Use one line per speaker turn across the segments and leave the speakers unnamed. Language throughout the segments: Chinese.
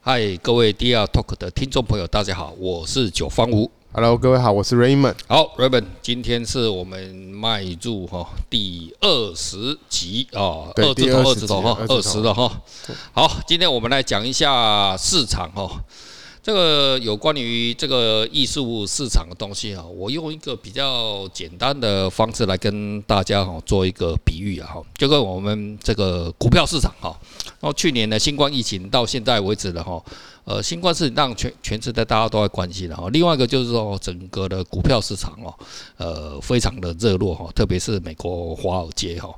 嗨，各位 DR Talk 的听众朋友，大家好，我是九方吴。
Hello，各位好，我是 Raymond。
好，Raymond，今天是我们迈入哈、第二十集哦，
对
二字
第
头
20
二字头哈，
集
二
20
十
头
了哈。好，今天我们来讲一下市场哈、这个有关于这个艺术市场的东西啊，我用一个比较简单的方式来跟大家哈、做一个比喻啊哈，就跟我们这个股票市场哈、然后去年呢新冠疫情到现在为止了哈、呃，新冠是让全全世界大家都在关心的哦哈。另外一个就是说，整个的股票市场哦，呃，非常的热络哦哈，特别是美国华尔街哈。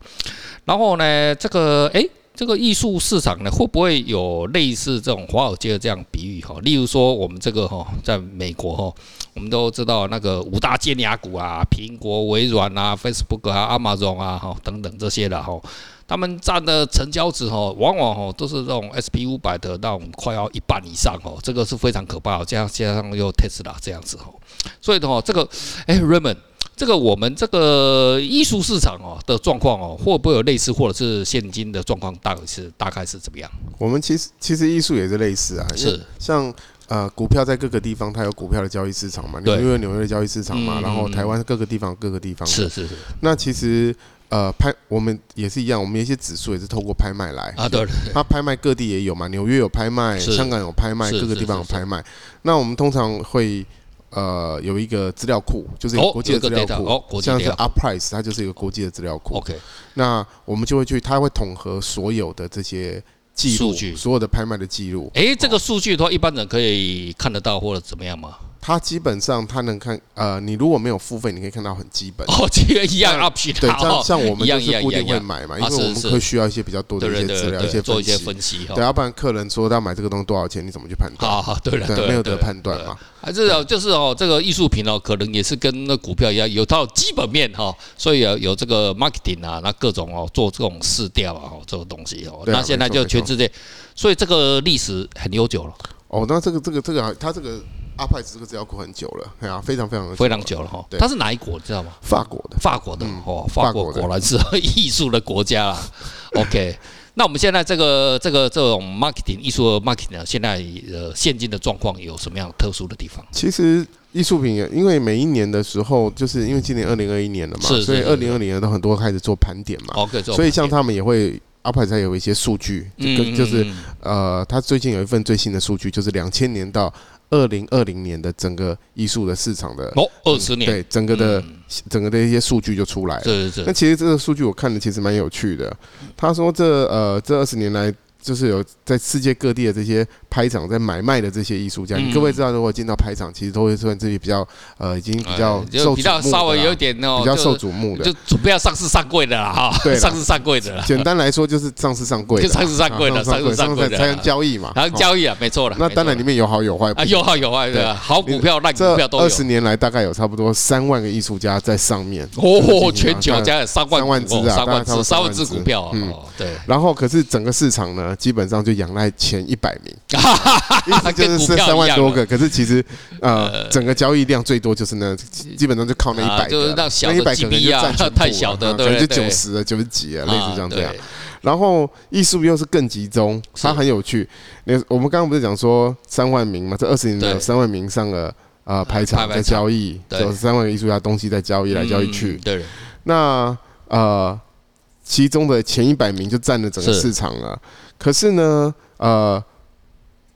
然后呢，这个诶，这个艺术市场呢，会不会有类似这种华尔街的这样比喻哈？例如说，我们这个哈，在美国哈，我们都知道那个五大尖牙股啊，苹果、微软啊、Facebook 啊、Amazon 啊哈等等这些的哦哈。他们占的成交值哦，往往哦都是这种 S P 五百的那种快要一半以上哦，这个是非常可怕、哦。加上加上又 Tesla 这样子哦，所以的哦，这个哎 Raymond，这个我们这个艺术市场哦的状况哦，会不会有类似或者是现今的状况大概是大概是怎么样？
我们其实其实艺术也是类似啊，因为
是
像呃股票在各个地方它有股票的交易市场嘛，
对
纽约有纽约的交易市场嘛，
嗯
然后
嗯
台湾各个地方有各个地方的。
是是是
那其实呃拍我们也是一样，我们有一些指数也是透过拍卖来
啊，对，
它拍卖各地也有嘛，纽约有拍卖，
是
香港有拍卖，
是
各个地方有
是是
拍卖。那我们通常会呃有一个资料库，就是有
哦
国际的资
有一
料
个 data，
库，
哦国际
像是
data
UpPrice，它就是一个国际的资料库。
，OK，
那我们就会去，它会统合所有的这些记录
数据，
所有的拍卖的记录。
哎，这个数据的话，一般人可以看得到或者怎么样吗？
它基本上它能看，呃，你如果没有付费，你可以看到很基本。
哦，这个一样 option，
哎对，这样
哦
像我们
一
就
样一
是
样
固
一样
定
一
会
样，
买嘛，
啊
因为我
是
们
是
会需要一些比较多的
对
一些
对
资
对
料、一
对，
些
做一些
析。
分析哈哦
对，。要啊不然客人说他买这个东西多少钱，你怎么 去判断？
啊，对了，
对，
了
没有得
了
判断
对
嘛。
啊，这种就是哦，这个艺术品哦，可能也是跟那股票一样，有到基本面哈、所以有有这个 marketing 啊，那各种哦做这种试调啊，哦这种东西哦，
对啊
那现在
没错
就
没
全
错
世界，所以这个历史很悠久了，
哦，那这个这个这个，它这个 UpPrice 这个资料库很久了，哎呀，非常非常的
非常，久了哈、
对
它是哪一国你知道吗？
法国的。
法国的哦，法
法
国
国的
果然是艺术的国 家啦。OK，那我们现在这个这个这种 marketing 艺术的 marketing 呢，现在呃现今的状况有什么样特殊的地方？
其实艺术品也，因为每一年的时候，就是因为今年二零二一年了嘛，
是是
所以
是
二零二零年都很多开始做盘点嘛，
OK，
所以像他们也会。阿派才有一些数据，就
嗯
跟就是呃，他最近有一份最新的数据，就是两千年到二零二零年的整个艺术的市场的
哦，二十年，
对整个的
嗯
整个的一些数据就出来了。
是是
那
是，
其实这个数据我看的其实蛮有趣的。他说这呃这二十年来，就是有在世界各地的这些拍场在买卖的这些艺术家，
嗯
你各位知道，如果进到拍场，其实都会算这些比较呃已经比较
哎
受
就比较
瞩目的
稍微
啦
有一点哦，
比较
就
受瞩目的
就。准备要上市上柜的啦哈，
对 啦
上市上柜的啦，
简单来说就是上市上柜的
就
啦，
上市上柜的
啊上市
上市上
上
柜
柜
的
才能交易嘛。
然后
哦
交易啊，没错了。
那当然里
你
面有好有坏
啊，有啊有啊，对啊好股票、烂股
这
票都有
二。十年来大概有差不多三万个艺术家在上面
哦，全球
在。
加有三万
啊三万
股哦
只啊
三万
大概差不
只，
多
三
三
万
万
只
只
股票啊
嗯
哦，对，
然后可是整个市场呢，基本上就仰赖前一百 名，意思就
跟股
是是
票
三
一
万
样啊
多
了
个，可是其实呃，整个交易量最多就是那，基本上就靠那一
啊
百
就是
个，
那小的
一百个人
GB
就
啊
占全部
太
了
小的
啊
对
可能就
对对
九十了、九十几了，类似
啊
这样这
对
样。然后艺术又是更集中，它
是
很有趣。那我们刚刚不是讲说三万名嘛？这二十年
对
有三万名上了呃排
拍
场
卖
在
场
交易，
对
有三万个艺术家东西在交易来交易
嗯
去。
对，
那呃，其中的前一百名就占了整个
是
市场了。可是呢，呃，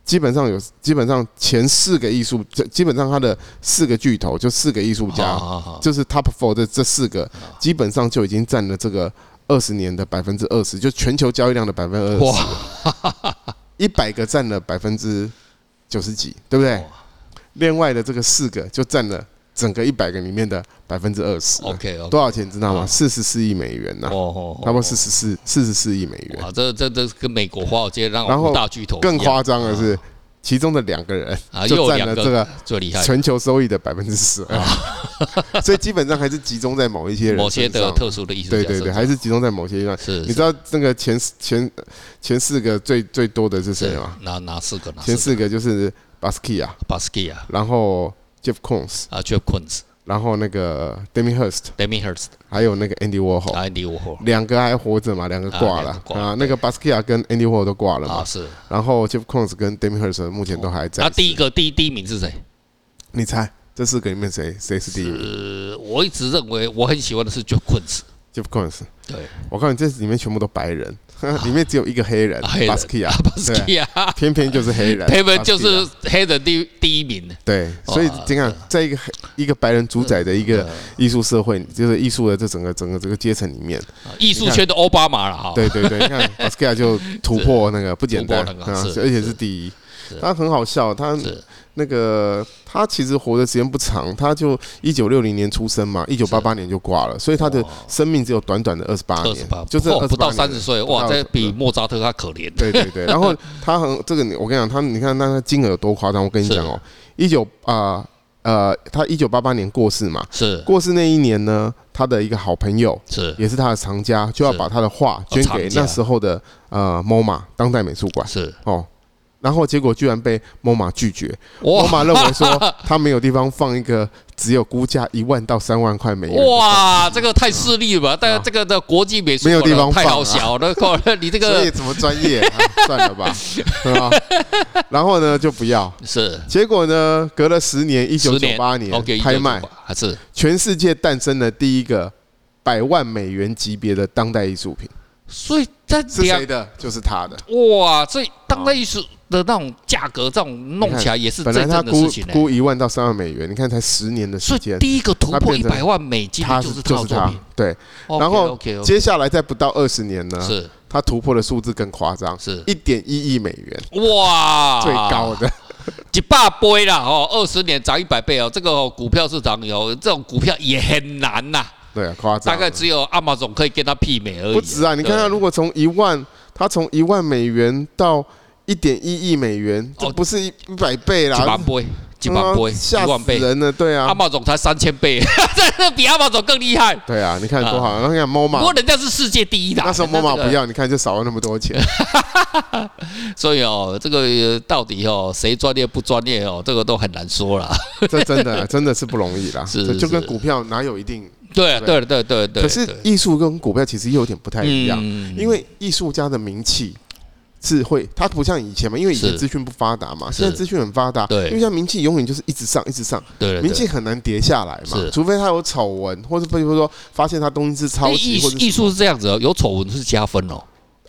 基本上有基本上前四个艺术，这基本上它的四个巨头就四个艺术家
好，好好，
就是 Top Four 的这四个，
哦
基本上就已经占了这个二十年的百分之二十，就全球交易量的百分之二十，
哇，
一百个占了百分之九十几，对不对
哇？
另外的这个四个就占了整个一百个里面的百分之二十。
，OK OK，
多少钱知道吗？四十四亿美元呐、
嗯哦哦，
差不多
是
四十四四十四亿美元。
哇，这这这跟美国华尔街让
然后
五大巨头一
更
样
夸张的是，其中的两个人
啊，又
就
有
占
两
了这个
最厉害的，
全球收益的百分之十二， 所以基本上还是集中在某一些人
啊某些
身
的
上
特殊的艺术家
对
身上，
对对，还是集中在某些地方。
是
你知道那个前前前四个最最多的是谁吗？
哪哪四个？哪
前
啊四
四个就是 Basquiat，
个？巴斯基亚
然后 Jeff Koons，
啊，Jeff Koons
然后那个 Demi Hurst，
Demi Hurst
还有那个 Andy Warhol，
来离我后
两个还活着嘛？两个
啊
挂了
两个挂了
啊，那个 Basquiat 跟 Andy Warhol 都挂了
啊
嘛。
是。
然后 Jeff Koons 跟 Demi Hurst 目前都还在
那。第一个第一第一名是谁？
你猜这四个里面谁谁是第一名
呃，我一直认为我很喜欢的是 Joe Quince，
？Jeff Koons。
对，
我告诉你，这里面全部都白 人，里面只有一个黑人
啊黑人
Basquiat，
啊巴斯
对
蒂亚，
偏偏就是黑人，
他们
Basquiat
就是黑人第第一名。
对，所以
哇嗯
这样，在一个黑一个白人主宰的一个艺术社会，就是艺术的这整个整个这个阶层里面，
啊艺术圈的奥巴马了哈。
对对对，你看 Basquiat 就突破那个不简单
突破那个
啊，
是
而且是第一
是。
他很好笑，他
是
那个他其实活的时间不长，他就一九六零年出生嘛，一九八八年就挂了，所以他的生命只有短短的二十八
二十
年
八，，
就是
哦不到
28
三
年
十岁，
不
哇，
到
这比
对
莫扎特还可怜。
对对 对，然后他很这个你，我跟你讲，他你看那个金额有多夸张，我跟你讲哦，一九啊呃，他一九八八年过世嘛，
是
过世那一年呢，他的一个好朋友
是
也是他的藏家，就要
是
把他的画捐
藏
给
家
那时候的呃 MoMA 当代美术馆
是，
哦。然后结果居然被 MoMA 拒绝
哇
，MoMA 认为说他没有地方放一个只有估价一万到三万块美元的
哇，这个太势利了吧？但这个的国际美术
啊没有
馆
地方
太
放
好
啊
小了，靠，你这
所以
个
怎么专业、啊？算了吧，对吧？然后呢，就不要。
是
结果呢，隔了十年，一九
十
九八年
OK
拍卖，
还是
全世界诞生了第一个百万美元级别的当代艺术品，
所以在
是
两
谁的？就是他的。
哇，所以当代艺术的那种价格，这种弄起来也是
本
真正
来他
的事
估
情呢。
估一万到三万美元，你看才十年的
所
时
以
间，
第一个突
它
破
变
一
成
百万美金的
他
就是他
就
的
是
作
他
品。。
对，然后
OK OK
接下来在不到二十年呢，
是
他突破的数字更夸张，
是啊
一点一亿美元，
哇，
最高 的。
一百倍啦哦，二十年涨一百倍哦，这个、哦、股票市场有这种股票也很难呐、
对啊，夸
大
张了。
概只有阿玛总可以跟它媲美而已、
不止啊！你看他
对
如果从一万，他从一万美元到一点一亿美元，这
哦
不是一一百倍啦，
一万倍，一万倍，
嗯吓
一万
死
倍，
人了，对
阿
啊，
玛总才三千倍， 这这比阿玛总更厉害。
对啊，你看多好，然后你看猫
不
马
过，人家是世界第一的，
那时候猫
人家
马
这个
不，要，你看就少了那么多钱，
所以哦，这个呃到底哦谁专业不专业哦，这个都很难说 了。
这真的啊真的是不容易啦，
是
这就是跟股票哪有一定，
对对对对对，
可是
对
艺术跟股票其实又有点不太一样，
嗯
因为艺术家的名气。是会，它不像以前嘛，因为以前
是
资讯不发达嘛，
是
现在资讯很发达，
对
因为像名气永远就是一直上，一直上，
对对
名气很难跌下来嘛
是，
除非他有丑闻，或者比如说发现他东西是
对
抄袭，
艺术
或者是
艺术是这样子哦，有丑闻是加分哦。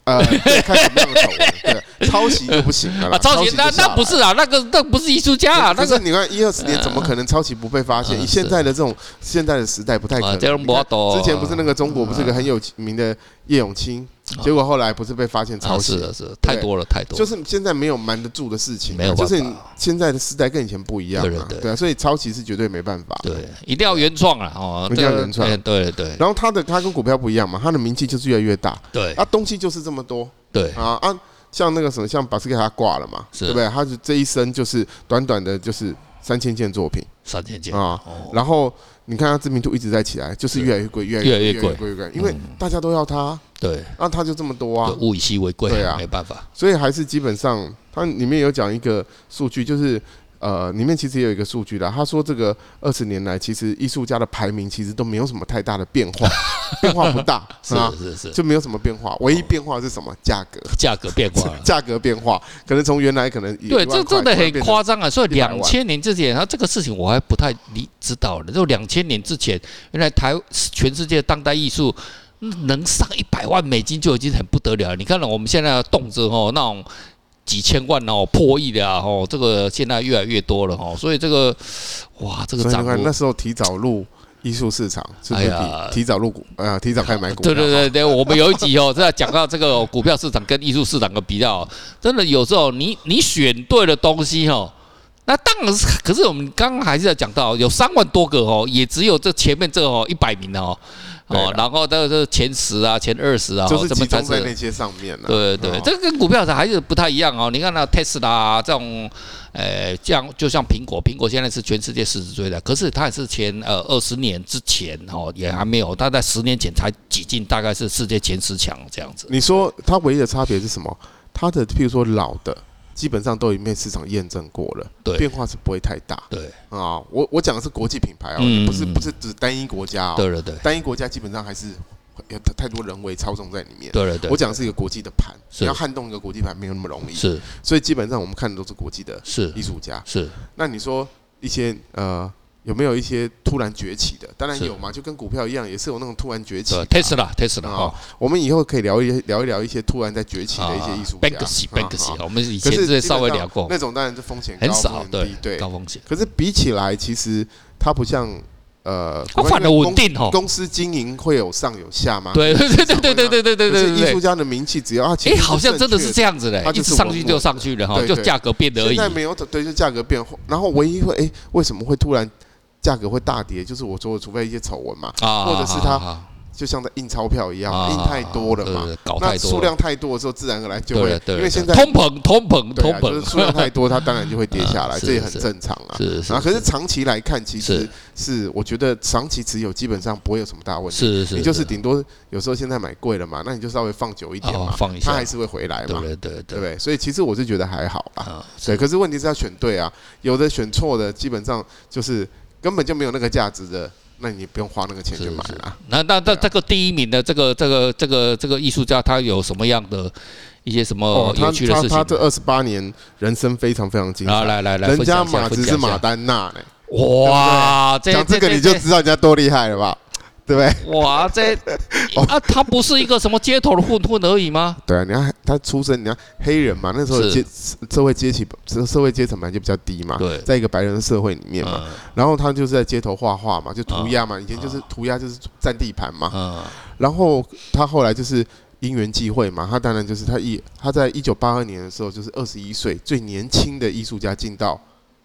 呃，对看什么样的丑闻，对，抄袭就不行了啦
啊，，抄袭
就
那
下
那
来
不是啊，那个那不是艺术家啊，
可
那
可是
个哎
你看一二十年怎么可能抄袭不被发现？
嗯
以现在的这种现在的时代不太可
啊
能。
这样
你
没办
看
法嗯啊
之前不是那个中国不是一个很有名的叶永青，结果后来不是被发现抄
啊
袭
是，的是的太多了太多了，
就是现在没有瞒得住的事情啊，
没有办
就
法
是现在的时代跟以前不一样
对
啊
对对，
对啊，所以抄袭是绝对没办法。
对，一定要原创啊哦，
一定要原创
这个哎对对
然后他的他跟股票不一样嘛，他的名气就是越来越大，
对
啊，东西就是这么多
对
啊啊，像那个什么，像巴斯克他挂了嘛，
是
对不对？他是这一生就是短短的，就是三千件作品。
三千件
啊
哦，
然后你看他知名度一直在起来，就是越来越贵，越来
越来越
越
贵
贵，越来越贵，因为大家都要他，
对，
那他就这么多啊
对，物以稀为贵
对，啊
没办法，
所以还是基本上，它里面有讲一个数据，就是呃，里面其实也有一个数据啦，他说这个二十年来，其实艺术家的排名其实都没有什么太大的变 化，变化不大
是
啊，
是是，
就没有什么变化，唯一变化是什么？价格。。
价格变化了
价格变化，可能从原来可能一
对，
一万
这
块
真的
突然
很
变成
夸张啊！所以
100万
两千年之前，然后这个事情我还不太理知道的。就两千年之前，原来台全世界当代艺术嗯能上一百万美金就已经很不得了了。你看了我们现在动辄哦那种几千万哦破亿的啊哦，这个现在越来越多了哦。所以这个哇，这个
所以
涨
你看
幅
那时候提早入艺术市场，是不
哎
是比
呀
提早入股呃提早开始买股
对
票？
对对对，我们有一集哦，在讲到这个股票市场跟艺术市场的比较哦，真的有时候你你选对了东西哦，那当然是，可是我们刚刚还是在讲到有三万多个哦，也只有这前面这个哦一百名的哦，
对
哦
啦，
然后这个前十啊、前二十啊，哦
就是
这
集
么
中
才
在
是
那些上面了、
对对，
哦
这个跟股票还是不太一样哦。你看那特斯拉啊这种，呃，这样就像苹果，苹果现在是全世界市值最大，可是它也是前呃二十年之前哦，也还没有，它在十年前才挤进大概是世界前十强这样子。
你说它唯一的差别是什么？它的譬如说老的基本上都已经被市场验证过了，
对
变化是不会太大
对
啊。我我讲的是国际品牌啊，
嗯
不是不是指单一国家啊，
对了对
单一国家基本上还是有太多人为操纵在里面。
对了对
我，讲的是一个国际的盘，
是
你要撼动一个国际盘没有那么容易，
是
所以基本上我们看的都是国际的
是
艺术家。
是
那你说一些呃有没有一些突然崛起的？当然
是
有嘛，就跟股票一样，也是有那种突然崛起的
对
啊。
，Tesla Tesla
啊
哈，
我们以后可以聊一聊一聊一些突然在崛起的一些艺术家。
Banksy
啊啊
Banksy，我们以
可
前
是
是
基
稍微
本上
聊过，
那种，当然是风险
很
高
少
风险
对
低对。
高风险，
可是比起来，其实它不像呃，
它
国外
反而
因为
稳定哦
公。公司经营会有上有下嘛？
对对对对对对对对
可是
对
艺
对
术
对。
家的名气只要他
哎，好像真的是这样子嘞
它，
一
就是
直上去
稳稳
就
的
上去了哈，
对
就
对
价格变得而
现
已
在。没有对，就价格变化，然后唯一会哎，为什么会突然价格会大跌？就是我说，除非一些丑闻嘛，
啊，
或者是它
啊
就像在印钞票一样，
啊
印太多了嘛，
对对对搞
那
太多了，
数量太多之后，自然而然就
对
会
了，对了
因为现在
对了通膨通膨
对
通
啊，就是
膨
数量太多，它当然就会跌下来，
啊是
这也很
是
正常啊。
是是
啊，可是长期来看，其实
是
是我觉得长期持有基本上不会有什么大问题。
是是，
你就是顶多有时候现在买贵了嘛，那你就稍微放久一点
哦
嘛，
放一下
它还是会回来
对
嘛，
对对
对
对
不对？所以其实我是觉得还好啦。
啊，
对，可是问题是要选对啊，有的选错的，基本上就是根本就没有那个价值的，那你也不用花那个钱
是
去买
是
啦。
那那
对
那
啊
这个第一名的这个这个这个这个艺术家，他有什么样的一些什么
哦他
哦有趣的
他
事情
他这
呢？
二十八年人生非常非常精
然后
彩，
来来来，
人
分
家
享一下
马
分
子是
享一
马
下
丹娜呢，
哇，这
讲这个你就知道人家多厉害了吧？对不对？
哇这
哦
啊，他不是一个什么街头的混混而已吗？
对啊，你看他出身，你看黑人嘛，那时候
是
阶社会阶级社社会阶层本来就比较低嘛，
对
在一个白人的社会里面嘛，
嗯
然后他就是在街头画画嘛，就涂鸦嘛，以前就是涂鸦就是占地盘嘛，
嗯，
然后他后来就是因缘际会嘛，他当然就是他一他在一九八二年的时候就是二十一岁最年轻的艺术家进到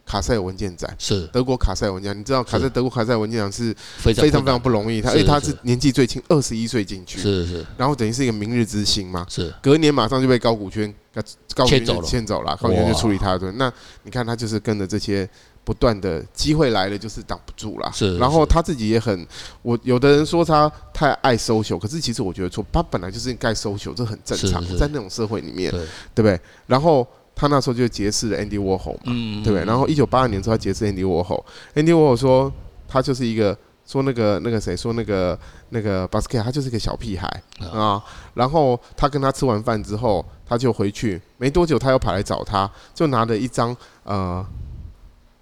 卡塞尔文件展。
是
德国卡塞尔文件展，你知道卡塞
是
德国卡塞尔文件展是
非常
非
困
常
难
非常不容易，他
是
因为他是
是
年纪最轻，二十一岁进去，
是是
然后等于是一个明日之星嘛，
是
隔年马上就被高古圈高高古圈
牵走
就
了
牵走了，高古圈就
哇
处理他的。那你看他就是跟着这些不断的机会来了，就是挡不住啦。
是
然后
是
他自己也很，我有的人说他太爱 social，可是其实我觉得错，他本来就是该 social，这很正常
是，是
在那种社会里面，
对，
对不对？然后他那时候就结识了 Andy Warhol 嘛，
嗯，
对不对？然后一九八二年的时候他结识 Andy Warhol，Andy Warhol 说他就是一个说那个那个谁说那个那个 Basket，他就是一个小屁孩
啊
啊。然后他跟他吃完饭之后，他就回去，没多久他又跑来找他，就拿了一张呃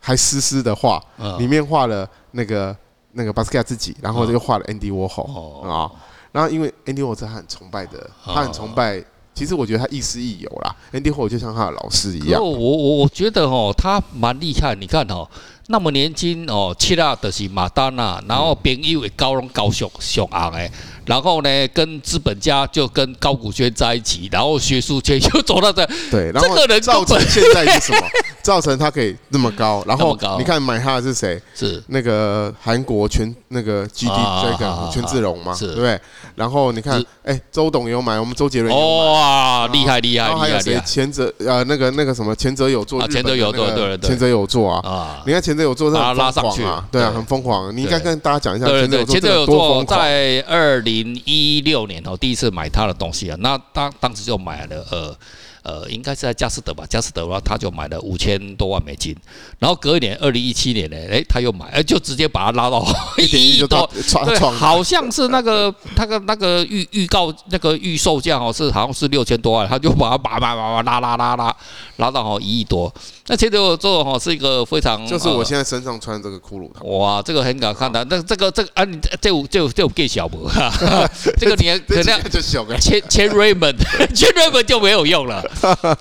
还湿湿的画，
嗯
里面画了那个那个 Basket 自己，然后
啊
又画了 Andy Warhol
哦啊
啊。然后因为 Andy Warhol 是他很崇拜的，他很崇拜。其实我觉得他亦师亦友啦，Andy Warhol 就像他的老师一样
可。我我我觉得哦，他蛮厉害。你看哦，那么年轻哦，七啊的是马丹娜，然后朋友也高龙高雄雄昂哎，然后呢跟资本家就跟高古轩在一起，然后学术圈又走到这，
对，然后
这个人根
造
本
成现在是什 么？造成他可以那么高，然
那么
后
高
你看买他的是谁？
是
那个韩国全那个 G D
啊
这
啊啊
个全智龙嘛，
是
对不对？然后你看
是，哦
哎，周董也有买，我们周杰伦也有买。
哇，厉害厉害
然后还
厉
有
害厉
谁？
害
前者呃，那个那个什么，前者有做
啊
日本
前
的
者有
那个
对对对
前者有做啊。
啊！
你看前者有做，这
把
很
他拉
疯
上
狂啊
去，
对啊，
对
很疯狂。你应该
对
跟大家讲一下，
对
者
对，
有
前
做
者有
这个多
做
疯狂。
在二零一六年哦，第一次买他的东西啊，那当当时就买了呃呃，应该是在佳士得吧，佳士得，然后他就买了五千多万美金，然后隔一年二零一七年呢，哎，他又买，
呃
哎，就直接把它 拉到
一点一
亿
就到
多。
创
对，
创
好像是那个那个那个预预告那个预售价哦，是好像是六千多万，他就把它把把把把拉拉拉拉拉到哦一亿多。那前者有做哦是一个非常
就是我
呃
现在身上穿这个骷髅头，
哇，这个很敢看的，那这个这个啊，你这这有这有这有 gay 小 博， 这个你也可
这
能
这就小个
签签 Raymond，签 Raymond 就没有用 了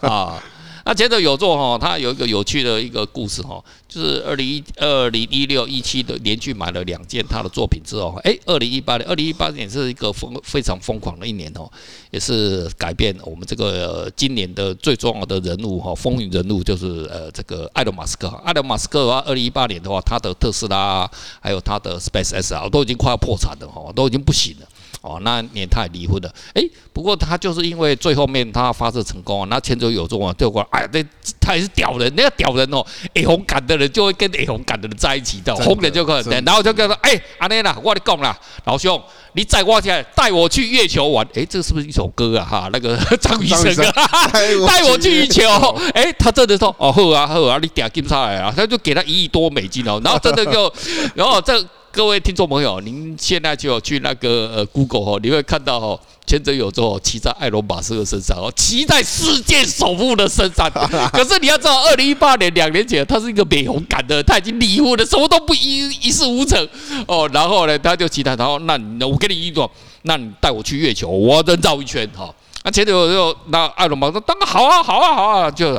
啊。那接着有做哈，他有一个有趣的一个故事哈，就是二零一二零一六一七的连续买了两件他的作品之后，哎，二零一八年二零一八年是一个疯非常疯狂的一年哦，也是改变我们这个呃今年的最重要的人物哈，风云人物就是呃这个埃隆马斯克。埃隆马斯克的话，二零一八年的话，他的特斯拉还有他的 Space X 啊，都已经快要破产了哈，都已经不行了。哦，那年他也离婚了，诶，不过他就是因为最后面他发射成功啊，那前者有中啊，对过来，哎，那他也是屌人，那个屌人哦，哎红感的人就会跟哎红感的人在一起的，
真的
红人就可能，
真的
然后就跟他说，哎，阿内啦，我跟你讲啦，老兄，你载我起来，带我去月球玩，诶，这是不是一首歌啊？哈，那个 张雨
张雨
生
生
啊，带我去月球。
哦
哎、他真的说哦，好啊，好啊，你点金上来啊，他就给他一亿多美金哦，然后真的就，然后这各位听众朋友，您现在就去那个呃 Google 哦，你会看到哦。前者有座骑在埃隆马斯克身上哦，骑在世界首富的身上。可是你要知道，二零一八年两年前，他是一个美红感的，他已经离婚了，什么都不一一事无成哦。然后呢，他就骑他，然后那你我跟你一种，那你带我去月球，我要绕一圈哈。哦啊，前头有时候那艾伦马说：“当然好啊，好啊，好啊。”就，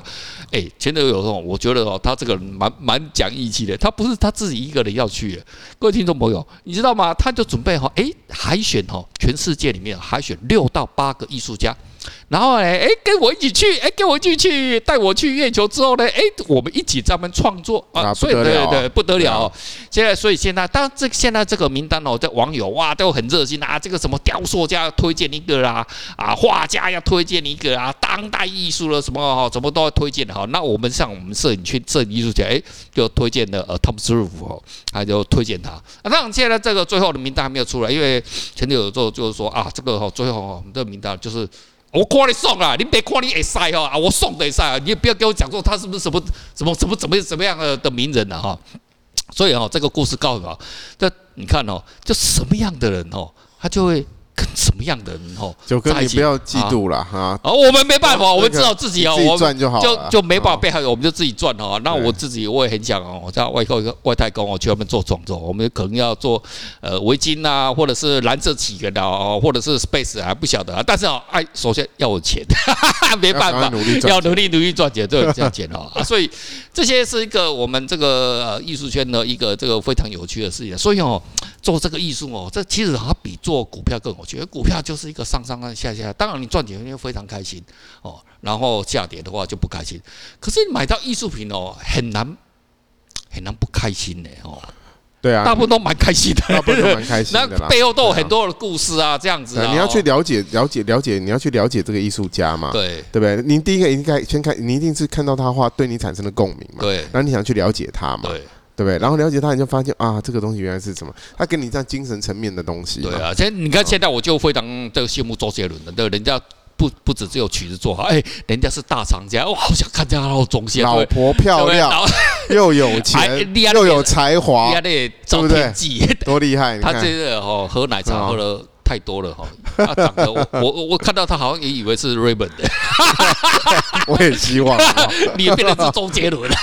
哎、前头有时候我觉得哦，他这个人蛮蛮讲义气的，他不是他自己一个人要去的。各位听众朋友，你知道吗？他就准备哈、哦，哎、海选哈、哦，全世界里面海选六到八个艺术家，然后呢，哎、跟我一起去，哎、跟我一起去，带我去月球之后呢，哎、我们一起咱们创作
啊
所以
不得了啊
对对，不得了哦、
对啊
现在，所以现在，当然这现在这个名单哦，在网友哇都很热心啊，这个什么雕塑家要推荐一个啦，啊，画家要推荐一个啊，当代艺术了什么哦，什么都要推荐的哈。那我们像我们摄影圈摄影艺术家，哎，就推荐了呃 Tom s r o v 哦，他就推荐他。那当然现在这个最后的名单还没有出来，因为前有时候就是说啊，这个哦，最后哦，我们这个名单就是。我夸你送啦，你别夸你也塞哦啊！我送的也塞啊，你也不要给我讲说他是不是什么什么什么怎么怎么样的的名人了、哈。所以哦，这个故事告诉我们，这你看哦，就什么样的人哦，他就会跟什么样的人哦
九哥，
在
你
一起
不要嫉妒了哈，
啊，我们没办法，
哦
我们
那
只
个
好自己哦，
自己
我们
赚就好
就
了，
就没办法
哦
被害，我们就自己赚哦。那
对
我自己我也很想哦，我到外购外太空哦，去他们做创作，我们可能要做呃围巾啊，或者是蓝色起源的哦，或者是 space 啊，不晓得啊。但是哦，哎，首先要有钱， 没办
要赶
法
快努力，赚
要努力努力赚钱，对，这样钱哦。啊所以这些是一个我们这个呃艺术圈的一个这个非常有趣的事情。所以哦，做这个艺术哦，这其实它比做股票更有趣。因为股票就是一个上上下下，当然你赚钱就非常开心哦，然后下跌的话就不开心。可是你买到艺术品哦，很难很难不开心的哦，
对啊，
大部分都蛮开心的，
大部分都蛮开心
那
的啦。
背后都有很多的故事啊，这样子
对
啊，
你要去
哦
了解了解了解，你要去了解这个艺术家嘛，
对
对不对？你第一个应该先看，你一定是看到他画对你产生的共鸣嘛，
对
然后你想去了解他嘛，
对
对不对？然后了解他，你就发现啊，这个东西原来是什么，他给你这样精神层面的东西嘛，
对啊，现在你看现在我就非常这个羡慕周杰伦的，对，人家。不不只只有曲子做好，哎、人家是大厂家，我好想看见他的中线，
老
对
婆漂
对
亮
然后
又有
哎
钱
你啊
又有才华
你，看那照片记，
多厉害！你
他
看
这个哦喝奶
嗯
茶喝了太多了哈，他长得我我我看到他好像也以为是 Raymond，
我也希望，
你也变成是周杰伦了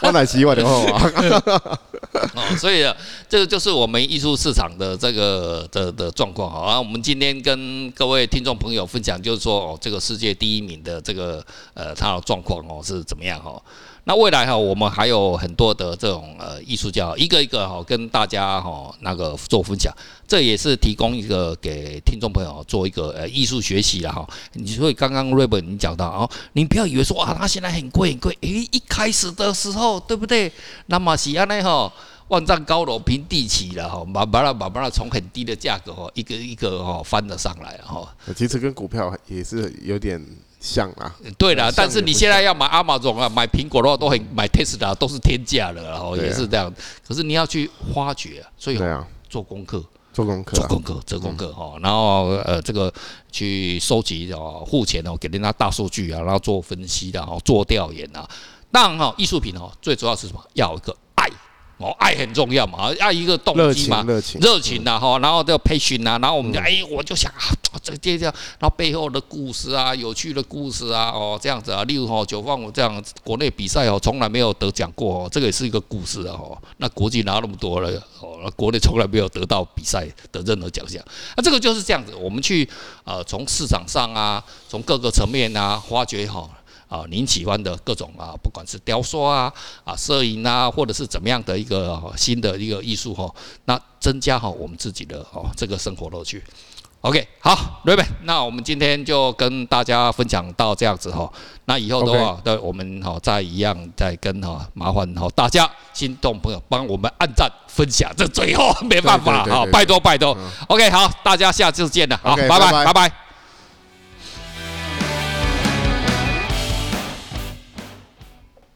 我哪希望的话啊，
哦，所以啊这个就是我们艺术市场的这个的的状况啊。然后我们今天跟各位听众朋友分享，就是说哦，这个世界第一名的这个呃它的状况哦是怎么样哦。那未来哈、我们还有很多的这种呃艺术家哦，一个一个哈、跟大家哈、那个做分享，这也是提供一个给听众朋友做一个呃艺术学习了哈。你所以刚刚 r a b e 你讲到哦，你不要以为说啊，它现在很贵很贵，诶，一开始的时候对不对？那么是安内哈。万丈高楼平地起了哈，把把它把把它从很低的价格哈，一个一个哈翻了上来哈。
其实跟股票也是有点像啊，
对了，
像
但是
也
你
不
现在要买 Amazon 啊，买苹果的话都很买 Tesla 都是天价了啦，然后
对啊
也是这样。可是你要去挖掘，所以
对啊，
做功课，
做功课
做
啊，
功课，做功课哈。然后呃，这个去收集哦，付钱哦，给人家大数据啊，然后做分析的哦，做调研啊。当然哈，艺术品哦，最主要是什么？要有一个爱哦，爱很重要嘛，要一个动
热
机嘛
情。热情，
热情呐、啊、哈，然后这个培训呐，然后我们就哎、我就想啊，这这这样，然后背后的故事啊，有趣的故事啊，哦这样子啊，例如哦九放我这样国内比赛哦，从来没有得奖过哦，这个也是一个故事啊哦，那国际拿那么多了哦，那国内从来没有得到比赛的任何奖项，那这个就是这样子，我们去呃从市场上啊，从各个层面啊发掘哈、啊，您喜欢的各种啊，不管是雕塑啊、啊摄影啊，或者是怎么样的一个、哦新的一个艺术哈、哦，那增加好、我们自己的哦这个生活乐趣。 OK，好，瑞本，那我们今天就跟大家分享到这样子哈。那以后的话，对我们哈再一样再跟哈麻烦哈大家心动朋友帮我们按赞分享，这最后没办法
对对对
哈，
对
拜托拜托
嗯。
OK，好，大家下次见了，好，
OK，
拜
拜拜
拜拜拜。